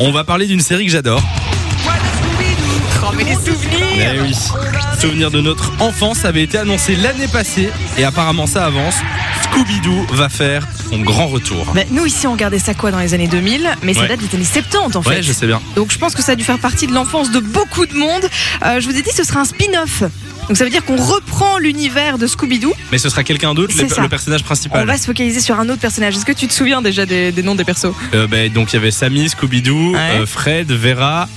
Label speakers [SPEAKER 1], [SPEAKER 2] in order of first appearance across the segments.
[SPEAKER 1] On va parler d'une série que j'adore.
[SPEAKER 2] Oh, mais les souvenirs
[SPEAKER 1] Eh oui. Souvenir de notre enfance avait été annoncé l'année passée et apparemment ça avance. Scooby-Doo va faire son grand retour.
[SPEAKER 2] Bah, Nous, ici, on regardait ça quoi dans les années 2000, mais ça
[SPEAKER 1] Ouais.
[SPEAKER 2] date des années 70 en fait.
[SPEAKER 1] Ouais, je sais bien.
[SPEAKER 2] Donc je pense que ça a dû faire partie de l'enfance de beaucoup de monde. Euh, je vous ai dit, ce sera un spin-off. Donc ça veut dire qu'on reprend l'univers de Scooby-Doo.
[SPEAKER 1] Mais ce sera quelqu'un d'autre,
[SPEAKER 2] C'est
[SPEAKER 1] le,
[SPEAKER 2] ça.
[SPEAKER 1] le personnage
[SPEAKER 2] On
[SPEAKER 1] principal.
[SPEAKER 2] va se focaliser sur un autre personnage. Est-ce que tu te souviens déjà des, des noms des persos
[SPEAKER 1] Euh, ben, donc il y avait Sammy, Scooby-Doo,
[SPEAKER 2] Ouais.
[SPEAKER 1] euh, Fred, Vera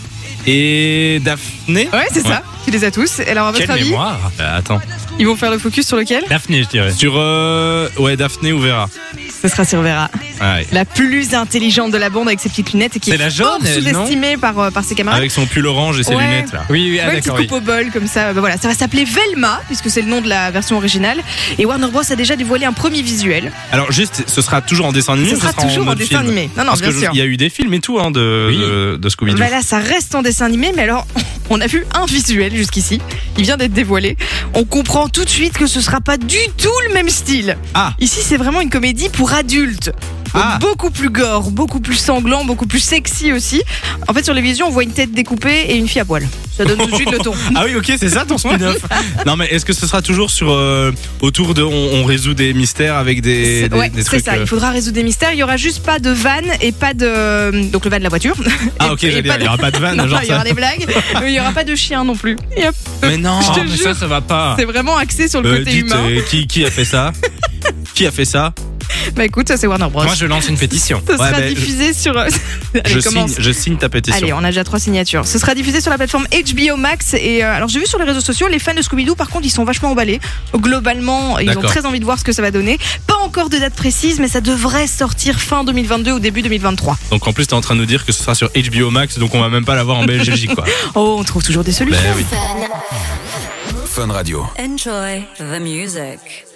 [SPEAKER 1] et Daphné.
[SPEAKER 2] Ouais, c'est
[SPEAKER 1] Ouais.
[SPEAKER 2] ça. Tu les as tous. Et alors, à Euh, votre
[SPEAKER 3] Quelle
[SPEAKER 2] avis,
[SPEAKER 3] mémoire
[SPEAKER 1] Euh, attends.
[SPEAKER 2] ils vont faire le focus sur lequel
[SPEAKER 3] Daphné, je dirais.
[SPEAKER 1] Sur euh, ouais Daphné ou Vera. Ah
[SPEAKER 2] Ce sera sur Vera,
[SPEAKER 1] Ouais.
[SPEAKER 2] la plus intelligente de la bande avec ses petites lunettes et qui
[SPEAKER 3] C'est
[SPEAKER 2] est,
[SPEAKER 3] la
[SPEAKER 2] fort
[SPEAKER 3] jaune, elle, non
[SPEAKER 2] sous-estimée par, euh, par ses camarades.
[SPEAKER 1] Avec son pull orange et ses
[SPEAKER 2] Ouais.
[SPEAKER 1] lunettes là.
[SPEAKER 3] Oui, oui, ah,
[SPEAKER 2] Ouais, petite
[SPEAKER 3] d'accord. oui.
[SPEAKER 2] coupe au bol comme ça. Bah voilà, ça va s'appeler Velma puisque c'est le nom de la version originale. Et Warner Bros a déjà dévoilé un premier visuel.
[SPEAKER 1] Alors juste, ce Mmh, sera toujours en dessin animé.
[SPEAKER 2] Ce
[SPEAKER 1] ou
[SPEAKER 2] sera
[SPEAKER 1] en
[SPEAKER 2] toujours en
[SPEAKER 1] mode
[SPEAKER 2] dessin
[SPEAKER 1] film
[SPEAKER 2] animé. Non, non,
[SPEAKER 1] Parce
[SPEAKER 2] bien
[SPEAKER 1] que je-
[SPEAKER 2] sûr.
[SPEAKER 1] il y a eu des films et tout hein, de,
[SPEAKER 3] Oui.
[SPEAKER 1] de, de Scooby-Doo.
[SPEAKER 2] Bah là, ça reste en dessin animé, mais alors on a vu un visuel jusqu'ici. Il vient d'être dévoilé. On comprend tout de suite que ce sera pas du tout le même style.
[SPEAKER 1] Ah.
[SPEAKER 2] Ici, c'est vraiment une comédie pour adultes. Donc,
[SPEAKER 1] Ah.
[SPEAKER 2] Beaucoup plus gore, beaucoup plus sanglant, beaucoup plus sexy aussi. En fait, sur les visions, on voit une tête découpée et une fille à poil. Ça donne tout de suite le ton.
[SPEAKER 1] Ah oui, ok, c'est ça ton spin-off. non, mais est-ce que ce sera toujours sur euh, autour de on, on résout des mystères avec des,
[SPEAKER 2] C'est-
[SPEAKER 1] des,
[SPEAKER 2] ouais,
[SPEAKER 1] des
[SPEAKER 2] c'est
[SPEAKER 1] trucs.
[SPEAKER 2] ça.
[SPEAKER 1] euh,
[SPEAKER 2] Il faudra résoudre des mystères. Il y aura juste pas de van et pas de euh, donc le van de la voiture.
[SPEAKER 1] Ah ok,
[SPEAKER 2] Et- et
[SPEAKER 1] j'allais dire,
[SPEAKER 2] pas
[SPEAKER 1] il y aura pas de vanne,
[SPEAKER 2] Non,
[SPEAKER 1] genre
[SPEAKER 2] il y
[SPEAKER 1] ça.
[SPEAKER 2] aura des blagues. mais Il y aura pas de chien non plus. Et hop,
[SPEAKER 1] Mais non.
[SPEAKER 2] Je te
[SPEAKER 3] Oh, mais
[SPEAKER 2] jure.
[SPEAKER 3] ça, ça va pas.
[SPEAKER 2] C'est vraiment axé sur le
[SPEAKER 1] Ah. Euh,
[SPEAKER 2] côté
[SPEAKER 1] dites,
[SPEAKER 2] humain.
[SPEAKER 1] euh, qui, qui a fait ça Qui a fait ça
[SPEAKER 2] Bah écoute, ça c'est Warner Bros.
[SPEAKER 3] Moi, je lance une pétition.
[SPEAKER 2] Ce
[SPEAKER 1] Ouais,
[SPEAKER 2] sera
[SPEAKER 1] ben, je-
[SPEAKER 2] diffusé sur. Allez,
[SPEAKER 1] je signe,
[SPEAKER 2] commence.
[SPEAKER 1] je signe ta pétition.
[SPEAKER 2] Allez, on a déjà trois signatures. Ce sera diffusé sur la plateforme HBO Max. Et euh, alors, j'ai vu sur les réseaux sociaux, les fans de Scooby-Doo, par contre, ils sont vachement emballés. Globalement, ils ont
[SPEAKER 1] D'accord.
[SPEAKER 2] très envie de voir ce que ça va donner. Pas encore de date précise, mais ça devrait sortir fin 2022 ou début 2023.
[SPEAKER 1] Donc en plus, t'es en train de nous dire que ce sera sur HBO Max, donc on va même pas l'avoir en Belgique, quoi.
[SPEAKER 2] Oh, on trouve toujours des solutions.
[SPEAKER 1] Ben oui.
[SPEAKER 4] Enjoy the music.